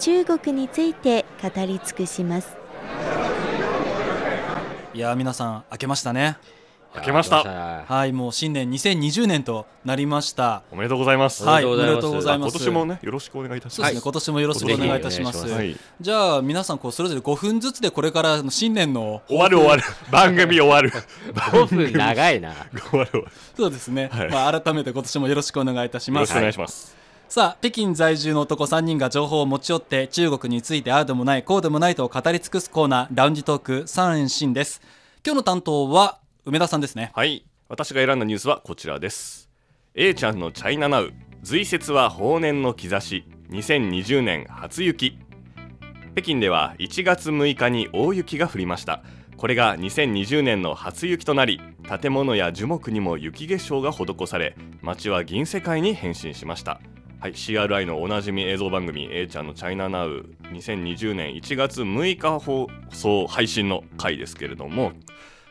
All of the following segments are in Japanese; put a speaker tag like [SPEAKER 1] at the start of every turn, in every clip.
[SPEAKER 1] 中国について語り尽くします。
[SPEAKER 2] いやー皆さん明けましたね
[SPEAKER 3] 明けました
[SPEAKER 4] 明けま
[SPEAKER 2] はいもう新年2020年となりました
[SPEAKER 3] おめでとうございます。
[SPEAKER 2] はい
[SPEAKER 4] お
[SPEAKER 2] お
[SPEAKER 4] め
[SPEAKER 2] めで
[SPEAKER 4] で
[SPEAKER 2] と
[SPEAKER 4] と
[SPEAKER 2] う
[SPEAKER 4] う
[SPEAKER 2] ご
[SPEAKER 4] ご
[SPEAKER 2] ざ
[SPEAKER 4] ざ
[SPEAKER 2] い
[SPEAKER 4] い
[SPEAKER 2] ま
[SPEAKER 3] 今
[SPEAKER 2] す
[SPEAKER 3] 年もね、よろしくお願いいたし
[SPEAKER 2] そう
[SPEAKER 3] ま。
[SPEAKER 2] ですすね、今年もよろしくお願いいたします
[SPEAKER 4] ぜひお願
[SPEAKER 3] いし
[SPEAKER 2] じゃあ皆さんこうそれぞれ5分ずつでこれからの新年の
[SPEAKER 3] 終わる終わる。番組終わる。
[SPEAKER 4] 5分長いな。
[SPEAKER 3] 終わる終わる。
[SPEAKER 2] そうですね、
[SPEAKER 3] はい
[SPEAKER 2] まあ、改めて今年もよろしくお願いいたし
[SPEAKER 3] よ
[SPEAKER 2] ま
[SPEAKER 3] ろ
[SPEAKER 2] す
[SPEAKER 3] しくお願いします。
[SPEAKER 2] さあ北京在住の男3人が情報を持ち寄って中国についてああでもないこうでもないと語り尽くすコーナーラウンジトーク三円新です今日の担当は梅田さんですね
[SPEAKER 3] はい。私が選んだニュースはこちらです。A ちゃんのチャイナナウ。随節は法年の兆し。2020年初雪。北京では1月6日に大雪が降りました。これが2020年の初雪となり、建物や樹木にも雪化粧が施され、街は銀世界に変身しました。はい、CRI のおなじみ映像番組「A ちゃんのチャイナナウ2020年1月6日放送配信の回ですけれども、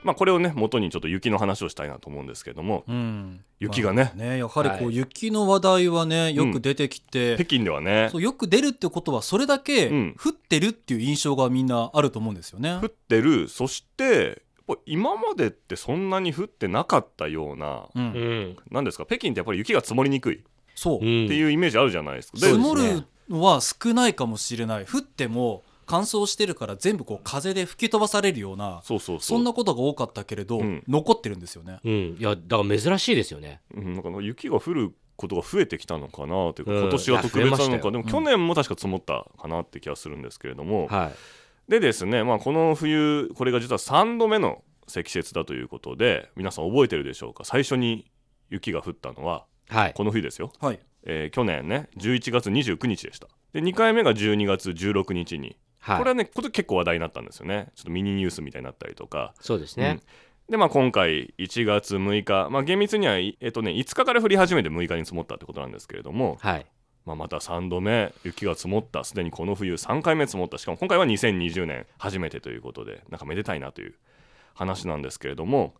[SPEAKER 3] まあ、これをね元にちょっと雪の話をしたいなと思うんですけれども
[SPEAKER 2] うん
[SPEAKER 3] 雪がね
[SPEAKER 2] まあねやはりこう
[SPEAKER 4] はい
[SPEAKER 2] 雪の話題はねよく出てきて、
[SPEAKER 3] 北京ではね
[SPEAKER 2] そうよく出るってことはそれだけ
[SPEAKER 3] うん
[SPEAKER 2] 降ってるっていう印象がみんなあると思うんですよね
[SPEAKER 3] 降。ってるそしてやっぱ今までってそんなに降ってなかったような
[SPEAKER 2] う、
[SPEAKER 4] うんん。
[SPEAKER 3] なんですか北京ってやっぱり雪が積もりにくいっ
[SPEAKER 2] そう、
[SPEAKER 3] ていうイメージあるじゃないですか。で
[SPEAKER 2] 積
[SPEAKER 4] そう
[SPEAKER 2] もるのは少ないかもしれない降っても乾燥してるから全部こう風で吹き飛ばされるような
[SPEAKER 3] そうそうそ。
[SPEAKER 2] そうんなことが多かったけれど、
[SPEAKER 3] うん
[SPEAKER 2] 残ってるんですよね。
[SPEAKER 4] うん。いや、だから珍しいですよね。
[SPEAKER 3] うんなんか雪が降ることが増えてきたのかなというか、
[SPEAKER 4] うん
[SPEAKER 3] 今年は特別
[SPEAKER 4] いや増
[SPEAKER 3] な
[SPEAKER 4] えま
[SPEAKER 3] の
[SPEAKER 4] した
[SPEAKER 3] か
[SPEAKER 4] よ
[SPEAKER 3] でも
[SPEAKER 2] うん
[SPEAKER 3] 去年も確か積もったかなって気がするんですけれども、
[SPEAKER 4] は。
[SPEAKER 3] でですね、まあ、この冬これが実は3度目の積雪だということで皆さん覚えてるでしょうか最初に雪が降ったのはい
[SPEAKER 4] はい。
[SPEAKER 3] この冬ですよ、
[SPEAKER 2] はい、
[SPEAKER 3] えー去年ね11月29日でしたで2回目が12月16日に
[SPEAKER 4] はい。
[SPEAKER 3] これはね、これ結構話題になったんですよねちょっとミニニュースみたいになったりとか、
[SPEAKER 4] そうですね。
[SPEAKER 3] うんでまあ、今回1月6日、まあ、厳密にはいえっとね、5日から降り始めて6日に積もったってことなんですけれども、
[SPEAKER 4] はい。
[SPEAKER 3] まあ、また3度目雪が積もったすでにこの冬3回目積もったしかも今回は2020年初めてということでなんかめでたいなという話なんですけれども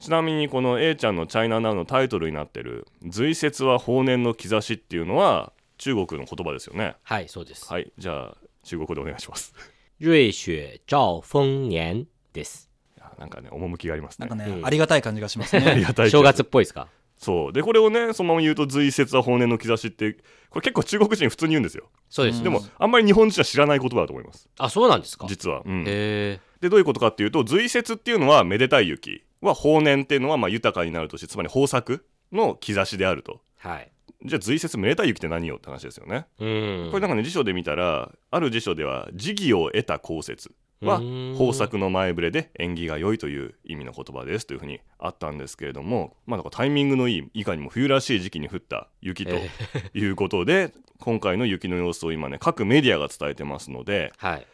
[SPEAKER 3] ちなみにこの A ちゃんの「チャイナナウ」のタイトルになってる「随節は法年の兆し」っていうのは中国の言葉ですよね
[SPEAKER 4] はい、そうです。
[SPEAKER 3] はいじゃあ中国語でお願いします
[SPEAKER 4] 瑞雪兆丰年です。
[SPEAKER 3] いやなんかね趣があります
[SPEAKER 2] な
[SPEAKER 3] ね
[SPEAKER 2] んかね、
[SPEAKER 4] うん
[SPEAKER 2] ありがたい感じがしま す
[SPEAKER 3] あり
[SPEAKER 2] ね。
[SPEAKER 3] がたい
[SPEAKER 4] 正月っぽいですか
[SPEAKER 3] そうでこれをねそのまま言うと「随節は法年の兆し」ってこれ結構中国人普通に言うんですよ
[SPEAKER 4] そうです。
[SPEAKER 2] うん
[SPEAKER 3] でもあんまり日本人は知らない言葉だと思います
[SPEAKER 4] あ、そうなんですか
[SPEAKER 3] 実は、うん、
[SPEAKER 4] へえ。
[SPEAKER 3] でどういうことかっていうと随節っていうのはめでたい雪は豊年っていうのはまあ豊かになるとしてつまり豊作の兆しであると
[SPEAKER 4] はい。
[SPEAKER 3] じゃあ随節めでたい雪って何よって話ですよね、
[SPEAKER 4] うん。
[SPEAKER 3] これなん
[SPEAKER 4] か、
[SPEAKER 3] かね辞書で見たらある辞書では時期を得た降雪は豊作の前触れで縁起が良いという意味の言葉ですというふうにあったんですけれどもまあなんかタイミングのいい以下にも冬らしい時期に降った雪と
[SPEAKER 4] え
[SPEAKER 3] いうこと で、今回の雪の様子を今ね各メディアが伝えてますので
[SPEAKER 4] はい。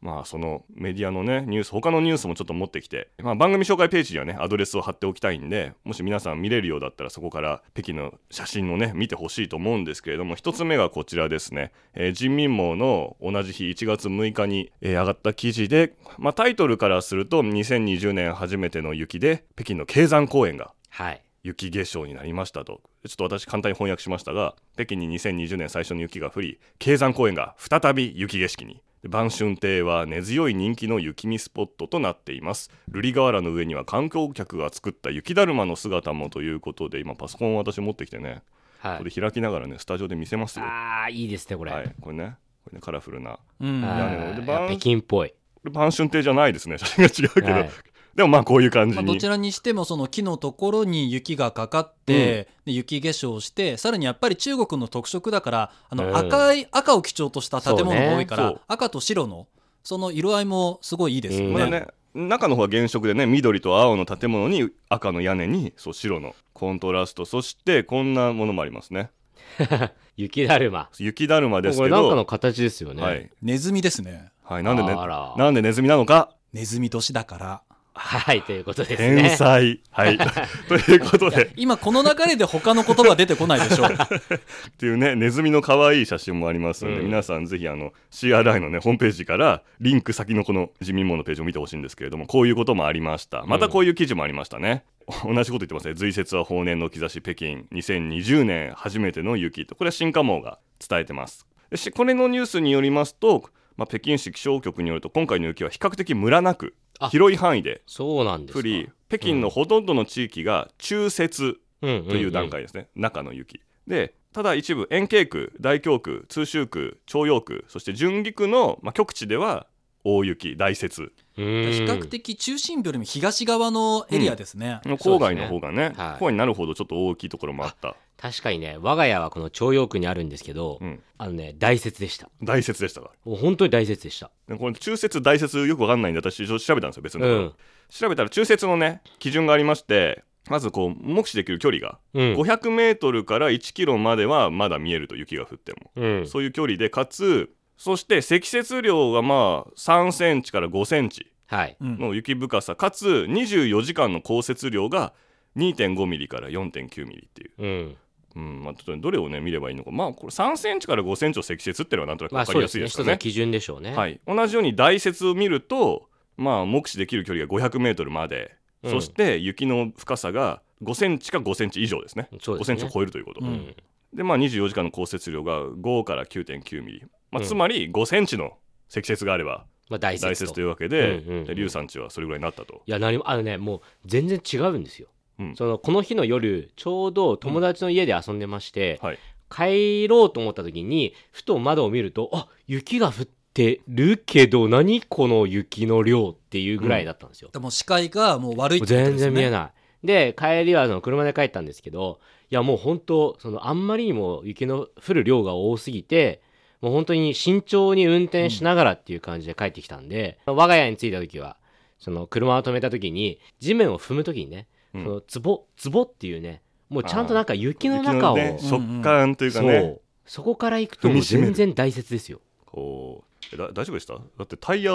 [SPEAKER 3] まあそのメディアのねニュース他のニュースもちょっと持ってきて、まあ、番組紹介ページにはねアドレスを貼っておきたいんでもし皆さん見れるようだったらそこから北京の写真をね見てほしいと思うんですけれども一つ目がこちらですね、えー人民網の同じ日1月6日に、えー上がった記事で、まあ、タイトルからすると2020年初めての雪で北京の慶山公園が
[SPEAKER 4] はい。
[SPEAKER 3] 雪化粧になりましたとちょっと私簡単に翻訳しましたが北京に2020年最初の雪が降り慶山公園が再び雪景色にで晩春亭は根強い人気の雪見スポットとなっています瑠璃河原の上には観光客が作った雪だるまの姿もということで今パソコンを私持ってきてね
[SPEAKER 4] は
[SPEAKER 3] これ
[SPEAKER 4] い。
[SPEAKER 3] 開きながらねスタジオで見せますよは
[SPEAKER 4] ああ、いいですね、これ。
[SPEAKER 3] いこれねこれねカラフルな
[SPEAKER 2] うん、
[SPEAKER 4] あ
[SPEAKER 3] いやでも
[SPEAKER 4] ー
[SPEAKER 3] で
[SPEAKER 4] やっぱ北京っぽい。
[SPEAKER 3] これ晩春亭じゃないですね写真が違うけど、
[SPEAKER 4] はい
[SPEAKER 3] でもまあこういう感じ
[SPEAKER 2] まあ、
[SPEAKER 3] に、
[SPEAKER 2] どちらにしてもその木のところに雪がかかって、で雪化粧してさらにやっぱり中国の特色だからあ
[SPEAKER 4] う
[SPEAKER 2] の
[SPEAKER 4] ん
[SPEAKER 2] 赤い、赤を基調とした建物が多いから、
[SPEAKER 3] そうねそう
[SPEAKER 2] 赤と白のその色合いもすごいいいですよ
[SPEAKER 4] うん
[SPEAKER 3] ま
[SPEAKER 2] ね。
[SPEAKER 3] だね、中の方は原色でね緑と青の建物に赤の屋根にそう白のコントラストそしてこんなものもありますね
[SPEAKER 4] 雪だるま。
[SPEAKER 3] 雪だるまです
[SPEAKER 4] こ
[SPEAKER 3] け
[SPEAKER 4] れなん
[SPEAKER 3] ど
[SPEAKER 4] かの形ですよね。
[SPEAKER 3] はい、
[SPEAKER 2] ネズミですね。
[SPEAKER 3] はい、なんでね
[SPEAKER 4] あら
[SPEAKER 3] なんでネズミなのか
[SPEAKER 2] ネズミ年だから
[SPEAKER 4] はい、ということですね。
[SPEAKER 3] 天才、 はい ということで
[SPEAKER 2] 今この流れで他の言葉出てこないでし ょう
[SPEAKER 3] っていうねネズミの可愛い写真もありますので、
[SPEAKER 4] うん
[SPEAKER 3] 皆さんぜひあの CRI のねホームページからリンク先のこの人民網のページを見てほしいんですけれどもこういうこともありましたまたこういう記事もありましたね、 同じこと言ってますね随節は法年の兆し北京2020年初めての雪とこれは新華網が伝えてますでしこれのニュースによりますと、まあ、北京市気象局によると今回の雪は比較的ムラなく
[SPEAKER 4] あ
[SPEAKER 3] 広い範囲で
[SPEAKER 4] そうなんです
[SPEAKER 3] 降
[SPEAKER 4] か。
[SPEAKER 3] り北京のほとんどの地域が中雪、と
[SPEAKER 4] と
[SPEAKER 3] いう段。階ですね、中の雪でただ一部延慶区大京区通州区朝陽区そして順義区の、まあ、局地では大雪大雪
[SPEAKER 4] 比
[SPEAKER 2] 比較。的中心部よりも東側のエリアですね、
[SPEAKER 3] の郊外の方がね
[SPEAKER 4] そうですねはい
[SPEAKER 3] 郊外になるほどちょっと大きいところもあった
[SPEAKER 4] 確かにね、我が家はこの朝陽区にあるんですけど、
[SPEAKER 3] うん
[SPEAKER 4] あのね、大雪でした。
[SPEAKER 3] 大雪でしたか
[SPEAKER 4] もう本当に大雪でした。
[SPEAKER 3] らでこれ中雪大雪よくわかんないんで私ちょっと調べたんですよ別
[SPEAKER 4] う
[SPEAKER 3] のところ、
[SPEAKER 4] ん。
[SPEAKER 3] 調べたら中雪のね基準がありましてまずこう目視できる距離が
[SPEAKER 4] うん。
[SPEAKER 3] 500メートルから1キロまではまだ見えると雪が降っても
[SPEAKER 4] うん。
[SPEAKER 3] そういう距離でかつそして積雪量がまあ3センチから5センチ
[SPEAKER 4] はい。
[SPEAKER 2] うん
[SPEAKER 3] の雪深さかつ24時間の降雪量が2.5ミリから4.9ミリっていう、
[SPEAKER 4] うん。
[SPEAKER 3] うんまあ、ちょっとねどれをね見ればいいのかまあこれ3センチから5センチを積雪っていうのはなんとなく
[SPEAKER 4] まあ
[SPEAKER 3] 分か
[SPEAKER 4] そ
[SPEAKER 3] り
[SPEAKER 4] う
[SPEAKER 3] や
[SPEAKER 4] ですす
[SPEAKER 3] い
[SPEAKER 4] ね。
[SPEAKER 3] ですか
[SPEAKER 4] 一つ
[SPEAKER 3] ね,、
[SPEAKER 4] の基準でしょうね。
[SPEAKER 3] はい、同じように大雪を見るとまあ目視できる距離が500メートルまで、
[SPEAKER 4] うん
[SPEAKER 3] そして雪の深さが5センチか5センチ以上ですね
[SPEAKER 4] そうで
[SPEAKER 3] 5
[SPEAKER 4] す
[SPEAKER 3] セ
[SPEAKER 4] ね。
[SPEAKER 3] ンチを超えるということ、
[SPEAKER 2] う
[SPEAKER 4] うんん。
[SPEAKER 3] でまあ24時間の降雪量が5から9.9ミリ、まあ、
[SPEAKER 4] うん
[SPEAKER 3] つまり5センチの積雪があれば
[SPEAKER 4] まあ大雪と。
[SPEAKER 3] 大雪というわけで
[SPEAKER 4] うんうんうん
[SPEAKER 3] で龍山地はそれぐらいになったと
[SPEAKER 4] いや何もあのねもう全然違うんですよ、
[SPEAKER 3] うん
[SPEAKER 4] そのこの日の夜ちょうど友達の家で遊んでまして、
[SPEAKER 3] うんはい
[SPEAKER 4] 帰ろうと思った時にふと窓を見るとあ雪が降ってるけど何この雪の量っていうぐらいだったんですよ、
[SPEAKER 2] でも視界がもう悪いってことです、ね、
[SPEAKER 4] 全然見えないで帰りはあの車で帰ったんですけどいやもう本当そのあんまりにも雪の降る量が多すぎてもう本当に慎重に運転しながらっていう感じで帰ってきたんで、我が家に着いた時はその車を止めた時に地面を踏む時にね、
[SPEAKER 3] うん
[SPEAKER 4] そのツボツボっていうねもうちゃんとなんか雪の中を、
[SPEAKER 3] ね、
[SPEAKER 2] ん
[SPEAKER 3] 食感というかね、
[SPEAKER 4] そうそこから行くと
[SPEAKER 3] 踏
[SPEAKER 4] も
[SPEAKER 3] み
[SPEAKER 4] う
[SPEAKER 3] しめる
[SPEAKER 4] 全然大雪ですよ
[SPEAKER 3] こうえだ大丈夫でしただってタイヤ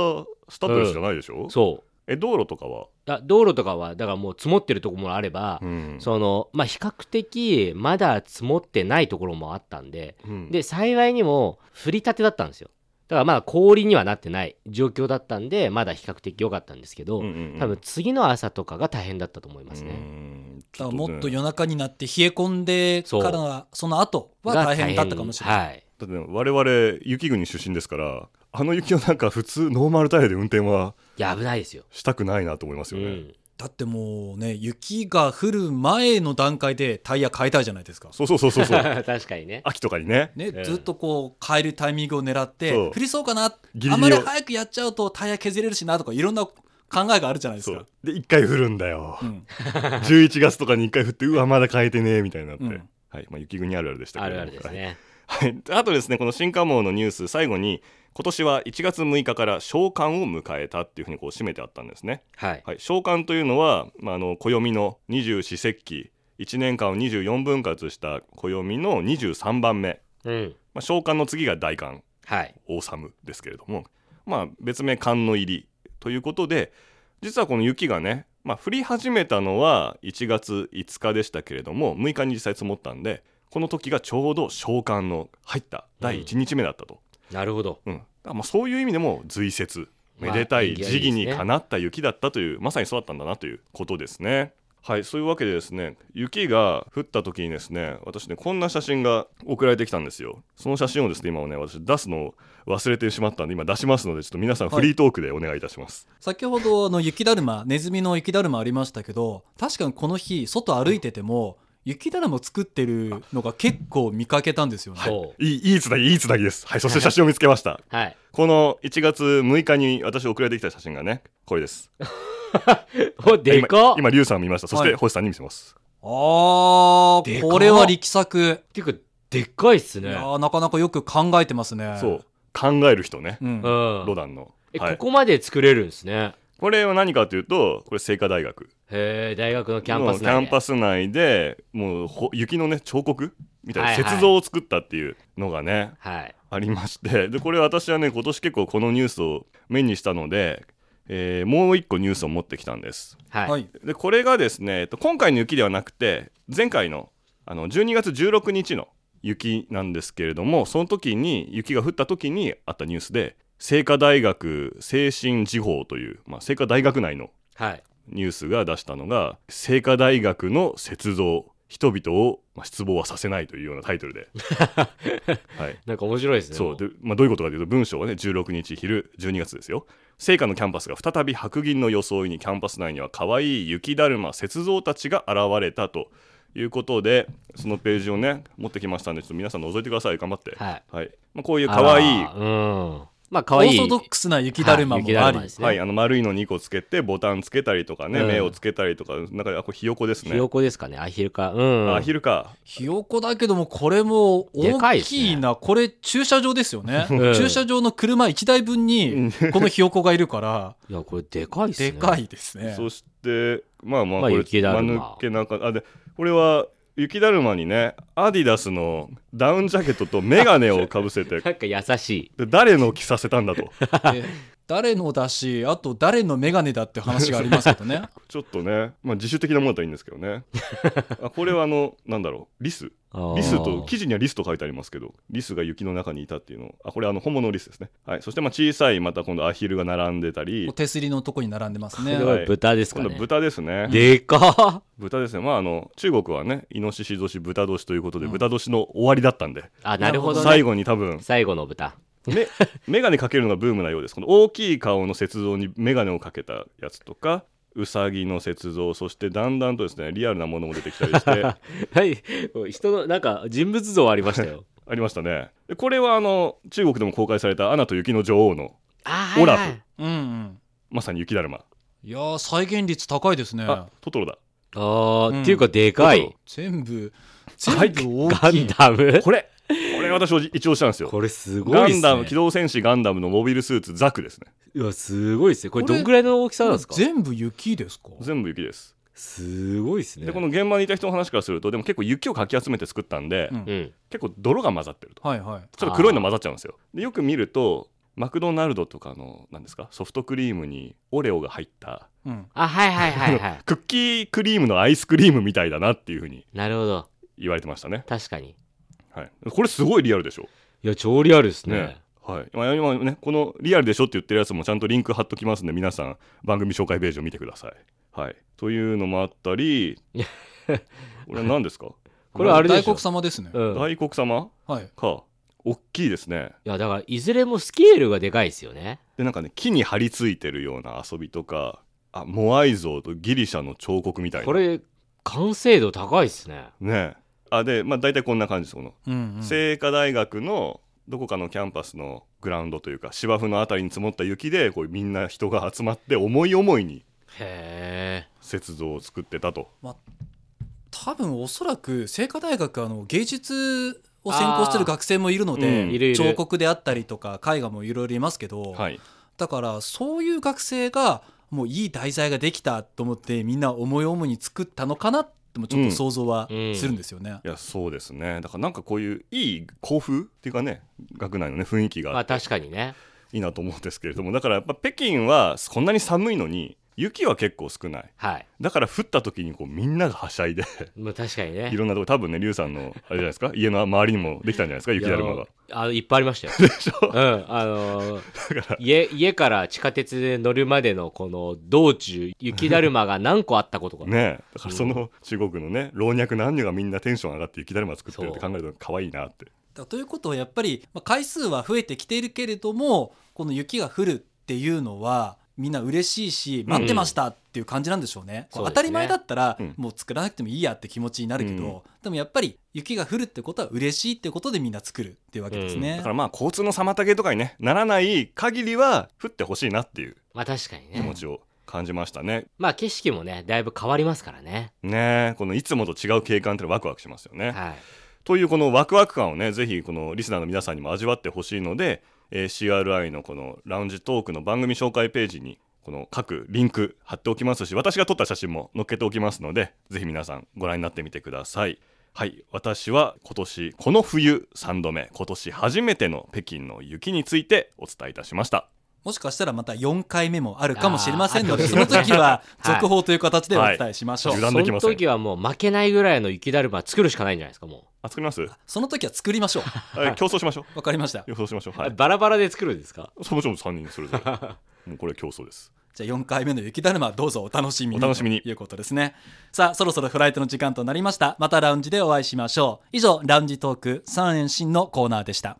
[SPEAKER 3] スタッドレスじゃないでしょ、
[SPEAKER 4] そう
[SPEAKER 3] え道路とかは、
[SPEAKER 4] だ道路とかはだからもう積もってるところもあれば、
[SPEAKER 3] うん
[SPEAKER 4] そのまあ、比較的まだ積もってないところもあったんで
[SPEAKER 3] うん
[SPEAKER 4] で幸いにも降りたてだったんですよだからまだ氷にはなってない状況だったんでまだ比較的良かったんですけど、
[SPEAKER 3] うんうんうん
[SPEAKER 4] 多分次の朝とかが大変だったと思います
[SPEAKER 3] う
[SPEAKER 4] ね、
[SPEAKER 3] ん
[SPEAKER 2] だからもっと
[SPEAKER 3] ちょね
[SPEAKER 2] 夜中になって冷え込んでからはその後は
[SPEAKER 4] が
[SPEAKER 2] 大変だったかもしれない、
[SPEAKER 4] はい
[SPEAKER 3] だってね、我々雪国出身ですからあの雪の中普通ノーマルタイヤで運転はい
[SPEAKER 4] や危ないですよ、
[SPEAKER 3] したくないなと思います
[SPEAKER 4] う
[SPEAKER 3] よね、
[SPEAKER 4] ん、
[SPEAKER 2] だってもうね雪が降る前の段階でタイヤ変えたいじゃないですか、
[SPEAKER 3] そうそうそうそうそう
[SPEAKER 4] 確かにね
[SPEAKER 3] 秋とかにね
[SPEAKER 2] ね
[SPEAKER 4] ええ
[SPEAKER 2] ずっとこう変えるタイミングを狙って
[SPEAKER 3] そう
[SPEAKER 2] 降りそうかな
[SPEAKER 3] ギリギリを
[SPEAKER 2] あまり早くやっちゃうとタイヤ削れるしなとかいろんな考えがあるじゃないです
[SPEAKER 3] そ
[SPEAKER 2] か
[SPEAKER 3] うで1回降るんだ よ、
[SPEAKER 2] うん
[SPEAKER 3] 11月とかに1回降ってうわまだ変えてねえみたいになって、
[SPEAKER 2] うん
[SPEAKER 3] はいまあ、雪国あるあるでした
[SPEAKER 4] あ
[SPEAKER 3] けれ
[SPEAKER 4] る
[SPEAKER 3] ど
[SPEAKER 4] あ
[SPEAKER 3] も
[SPEAKER 4] るですね
[SPEAKER 3] はい、あとですねこの新華網のニュース最後に今年は1月6日から召喚を迎えたっていうふうにこう締めてあったんですね、
[SPEAKER 4] はい、
[SPEAKER 3] はい、召喚というのは、まあ、あの暦の二十四節気1年間を24分割した暦の23番目、
[SPEAKER 4] うん
[SPEAKER 3] まあ、召喚の次が大寒
[SPEAKER 4] はい
[SPEAKER 3] オーサムですけれども、まあ、別名寒の入りということで実はこの雪がね、まあ、降り始めたのは1月5日でしたけれども6日に実際積もったんでこの時がちょうど召喚の入った第1日目だったと、
[SPEAKER 4] なるほど
[SPEAKER 3] うんだからまあ、そういう意味でも随節めでたい
[SPEAKER 4] まあ
[SPEAKER 3] 時期に
[SPEAKER 4] 縁起がいいですね
[SPEAKER 3] かなった雪だったという、まさにそうだったんだなということですね。はいそういうわけでですね雪が降った時にですね私ねこんな写真が送られてきたんですよその写真をですね今もね私出すのを忘れてしまったんで今出しますのでちょっと皆さん
[SPEAKER 2] はい
[SPEAKER 3] フリートークでお願いいたします、
[SPEAKER 2] 先ほどあの雪だるまネズミの雪だるまありましたけど確かにこの日外歩いてても雪だるまを作ってるのが結構見かけたんですよね、
[SPEAKER 4] そ
[SPEAKER 3] い、いいいつなぎいいつなぎですはいそして写真を見つけました
[SPEAKER 4] うはい
[SPEAKER 3] この1月6日に私送られてきた写真がねこれです
[SPEAKER 4] おでかっ
[SPEAKER 3] 今リュウさんを見ましたそして
[SPEAKER 2] はい
[SPEAKER 3] 星さんに見せます、
[SPEAKER 2] あ
[SPEAKER 4] で
[SPEAKER 2] ー
[SPEAKER 4] かっ
[SPEAKER 2] これは力作、
[SPEAKER 4] ていうかでっかいっす
[SPEAKER 2] い
[SPEAKER 4] ね
[SPEAKER 2] やーなかなかよく考えてますね
[SPEAKER 3] そう考える人ね、
[SPEAKER 2] うん、
[SPEAKER 4] うん
[SPEAKER 3] ロダンの
[SPEAKER 4] え、
[SPEAKER 3] はい
[SPEAKER 4] ここまで作れるんですね
[SPEAKER 3] これは何かというとこれ清華大学
[SPEAKER 4] へえ大学のキャンパ
[SPEAKER 3] の
[SPEAKER 4] ス
[SPEAKER 3] キ
[SPEAKER 4] 内
[SPEAKER 3] ャ
[SPEAKER 4] で
[SPEAKER 3] ンパス内でもうほ雪のね彫刻みたい
[SPEAKER 4] はいは
[SPEAKER 3] ない雪像を作ったっていうのがね、
[SPEAKER 4] はい
[SPEAKER 3] ありましてでこれ私はね今年結構このニュースを目にしたので、えーもう一個ニュースを持ってきたんです
[SPEAKER 4] はい、
[SPEAKER 2] はい
[SPEAKER 3] でこれがですねえっと今回の雪ではなくて前回のあの12月16日の雪なんですけれどもその時に雪が降った時にあったニュースで清華大学精神時報という、まあ、清華大学内の
[SPEAKER 4] はい
[SPEAKER 3] ニュースが出したのが「清華大学の雪像人々をまあ失望はさせない」というようなタイトル で、はい、
[SPEAKER 4] なんか面白いですね
[SPEAKER 3] そう
[SPEAKER 4] で
[SPEAKER 3] で、まあ、どういうことかというと文章はね16日昼12月ですよ聖火のキャンパスが再び白銀の装いにキャンパス内には可愛い雪だるま雪像たちが現れたということでそのページをね持ってきましたんでちょっと皆さん覗いてください頑張って、
[SPEAKER 4] はい
[SPEAKER 3] まあ、こういう可愛い
[SPEAKER 4] あらうんまあ可
[SPEAKER 2] オ
[SPEAKER 4] 愛
[SPEAKER 2] ー
[SPEAKER 4] い
[SPEAKER 2] ソドックスな雪だるまもあり、
[SPEAKER 4] はい雪だるまですね
[SPEAKER 3] はい、あの丸いの2個つけてボタンつけたりとかね、
[SPEAKER 4] うん
[SPEAKER 3] 目をつけたりとかなんかあこれひよこです
[SPEAKER 4] ひ
[SPEAKER 3] ね
[SPEAKER 4] よこですかねアヒルかうん
[SPEAKER 3] あ昼か
[SPEAKER 2] ひよこだけどもこれも
[SPEAKER 4] でか
[SPEAKER 2] 大
[SPEAKER 4] いっす
[SPEAKER 2] きい
[SPEAKER 4] ね
[SPEAKER 2] なこれ駐車場ですよね、
[SPEAKER 4] うん
[SPEAKER 2] 駐車場の車1台分にこのひよこがいるから
[SPEAKER 4] いやこれでかいっすね
[SPEAKER 2] でかいですね
[SPEAKER 3] そしてまあまあ
[SPEAKER 4] ま
[SPEAKER 3] こ
[SPEAKER 4] あ
[SPEAKER 3] れ
[SPEAKER 4] 雪だるま
[SPEAKER 3] 間抜けなかあでこれは雪だるまにねアディダスのダウンジャケットとメガネをかぶせ て
[SPEAKER 4] なんか優しい
[SPEAKER 3] で誰の着させたんだと
[SPEAKER 2] で誰のだしあと誰の眼鏡だって話がありますけ どね
[SPEAKER 3] ちょっとね、まあ、自主的なものだったらいいんですけどねあこれはあのなんだろうリスリスと記事にはリスと書いてありますけどリスが雪の中にいたっていうのをあこれあの本物のリスですね、はい、そしてまあ小さいまた今度アヒルが並んでたり
[SPEAKER 2] お手すりのとこに並んでますね
[SPEAKER 4] これ は豚ですか
[SPEAKER 3] 今度
[SPEAKER 4] ね
[SPEAKER 3] 豚ですね
[SPEAKER 4] でかっ
[SPEAKER 3] 豚ですねまああの中国はねイノシシ年豚年ということで、豚年の終わりだったんで
[SPEAKER 4] あなるほどね
[SPEAKER 3] 最後に多 分
[SPEAKER 4] 最後の豚
[SPEAKER 3] め眼鏡かけるのがブームなようですこの大きい顔の雪像に眼鏡をかけたやつとかウサギの雪像そしてだんだんとですねリアルなものも出てきたりして
[SPEAKER 4] はい人のなんか人物像ありましたよ
[SPEAKER 3] ありましたねでこれはあの中国でも公開された「アナと雪の女王の
[SPEAKER 4] あ
[SPEAKER 3] ーはいはいオラフ
[SPEAKER 2] うんうん」
[SPEAKER 3] まさに雪だるま、
[SPEAKER 2] いやー再現率高いですね
[SPEAKER 3] あトトロだ
[SPEAKER 4] あー、
[SPEAKER 2] うん
[SPEAKER 4] っていうかでかい
[SPEAKER 2] 全部
[SPEAKER 3] はい
[SPEAKER 2] 全部
[SPEAKER 4] ガ
[SPEAKER 2] 大き
[SPEAKER 4] ン
[SPEAKER 2] い
[SPEAKER 4] ダム
[SPEAKER 3] これこれ私おじ一応したんですよ
[SPEAKER 4] これすご
[SPEAKER 3] ガ
[SPEAKER 4] いっすね
[SPEAKER 3] ンダム機動戦士ガンダムのモビルスーツザクですね
[SPEAKER 4] いやすごいっすねこれ
[SPEAKER 2] これ
[SPEAKER 4] どんぐらいの大きさなんですか
[SPEAKER 2] 全部雪ですか
[SPEAKER 3] 全部雪です
[SPEAKER 4] すごいっすね
[SPEAKER 3] でこの現場にいた人の話からするとでも結構雪をかき集めて作ったんで、
[SPEAKER 2] うん
[SPEAKER 4] うん
[SPEAKER 3] 結構泥が混ざってると
[SPEAKER 2] はいはい
[SPEAKER 3] ちょっと黒いの混ざっちゃうんですよでよく見るとマクドナルドとかのなんですかソフトクリームにオレオが入った
[SPEAKER 2] うん
[SPEAKER 4] あはいはいはいは
[SPEAKER 3] クッキークリームのアイスクリームみたいだなっていうふうに
[SPEAKER 4] いなるほど
[SPEAKER 3] 言われてましたね、
[SPEAKER 4] 確かに
[SPEAKER 3] はい、これすごいリアルでしょ
[SPEAKER 4] いや超リアルっすね
[SPEAKER 3] ねはい、まあ今ねこのリアルでしょって言ってるやつもちゃんとリンク貼っときますんで皆さん番組紹介ページを見てください、はい、というのもあった りこれは何ですか
[SPEAKER 4] これはあれでしょ
[SPEAKER 2] 大黒様ですね、
[SPEAKER 4] うん、い
[SPEAKER 3] 大黒様
[SPEAKER 2] はい
[SPEAKER 3] か大きいですね
[SPEAKER 4] やだからいずれもスケールがでかいっすよね
[SPEAKER 3] でなんかね木に張り付いてるような遊びとかあモアイ像とギリシャの彫刻みたいな
[SPEAKER 4] これ完成度高いっすね
[SPEAKER 3] ねあでまあ大体こんな感じですこの
[SPEAKER 2] うんうん
[SPEAKER 3] 清華大学のどこかのキャンパスのグラウンドというか芝生のあたりに積もった雪でこうみんな人が集まって思い思いに
[SPEAKER 4] へえ
[SPEAKER 3] 雪像を作ってたと
[SPEAKER 2] 多分おそらく清華大学はあの芸術を専攻してる学生もいるの
[SPEAKER 3] うん
[SPEAKER 2] で、
[SPEAKER 4] いるいる
[SPEAKER 2] 彫刻であったりとか絵画もいろいろいますけど、
[SPEAKER 3] はい
[SPEAKER 2] だからそういう学生がもういい題材ができたと思ってみんな思い思いに作ったのかなってもちょっと想像は
[SPEAKER 4] うん
[SPEAKER 2] するんですよね。
[SPEAKER 3] いやそうですねだからなんかこういういい校風っていうかね学内のね雰囲気
[SPEAKER 4] ま
[SPEAKER 3] が
[SPEAKER 4] あ確かにね
[SPEAKER 3] いいなと思うんですけれどもだからやっぱ北京はこんなに寒いのに雪は結構少ない
[SPEAKER 4] はい
[SPEAKER 3] だから降った時にこうみんながはしゃいで
[SPEAKER 4] まあ確かにね
[SPEAKER 3] いろんなとこ多分ねリュウさんのあれじゃないですか家の周りにもできたんじゃないですか雪だるまが
[SPEAKER 4] いやあのいっぱいありま したよ。うん、あのー家家から地下鉄で乗るまでのこの道中雪だるまが何個あったことか。
[SPEAKER 3] ねえだからその中国のね老若男女がみんなテンション上がって雪だるま作ってるって考えると可愛いなって
[SPEAKER 2] だということはやっぱりまあ回数は増えてきているけれどもこの雪が降るっていうのはみんな嬉しいし待ってましたっていう感じなんでしょうね。
[SPEAKER 4] そうですね
[SPEAKER 2] 当たり前だったら
[SPEAKER 3] うん
[SPEAKER 2] もう作らなくてもいいやって気持ちになるけど、でもやっぱり雪が降るってことは嬉しいってことでみんな作るっていうわけですね。
[SPEAKER 3] だからまあ交通の妨げとかに、ね、ならない限りは降ってほしいなっていう
[SPEAKER 4] まあ確かに
[SPEAKER 3] 気持
[SPEAKER 4] ね。
[SPEAKER 3] ちを感じましたね
[SPEAKER 4] まあ景色もね、だいぶ変わりますからね。
[SPEAKER 3] ねえこのいつもと違う景観ってのはワクワクしますよね、
[SPEAKER 4] はい。
[SPEAKER 3] というこのワクワク感をねぜひこのリスナーの皆さんにも味わってほしいので、えー CRI のこのラウンジトークの番組紹介ページにこの各リンク貼っておきますし私が撮った写真も載っけておきますのでぜひ皆さんご覧になってみてください。はい私は今年この冬3度目今年初めての北京の雪についてお伝えいたしました
[SPEAKER 2] もしかしたらまた4回目もあるかもしれませんので、その時は続報という形でお伝えしましょう。
[SPEAKER 3] はい油
[SPEAKER 4] そ
[SPEAKER 3] 断でき
[SPEAKER 4] の
[SPEAKER 3] ません
[SPEAKER 4] 時はもう負けないぐらいの雪だるま作るしかないんじゃないですかも
[SPEAKER 3] あ作ります
[SPEAKER 2] その時は作りましょう。
[SPEAKER 3] え競争しましょう
[SPEAKER 2] わかりました。
[SPEAKER 3] 予想しましょう
[SPEAKER 4] う、
[SPEAKER 3] はい
[SPEAKER 4] バラバラで作るんですか
[SPEAKER 3] そもちろん3人それぞれもうこれ競争です
[SPEAKER 2] じゃあ4回目の雪だるまどうぞお楽しみに
[SPEAKER 3] お楽しみに
[SPEAKER 2] ということですねさあそろそろフライトの時間となりましたまたラウンジでお会いしましょう以上ラウンジトーク3円新のコーナーでした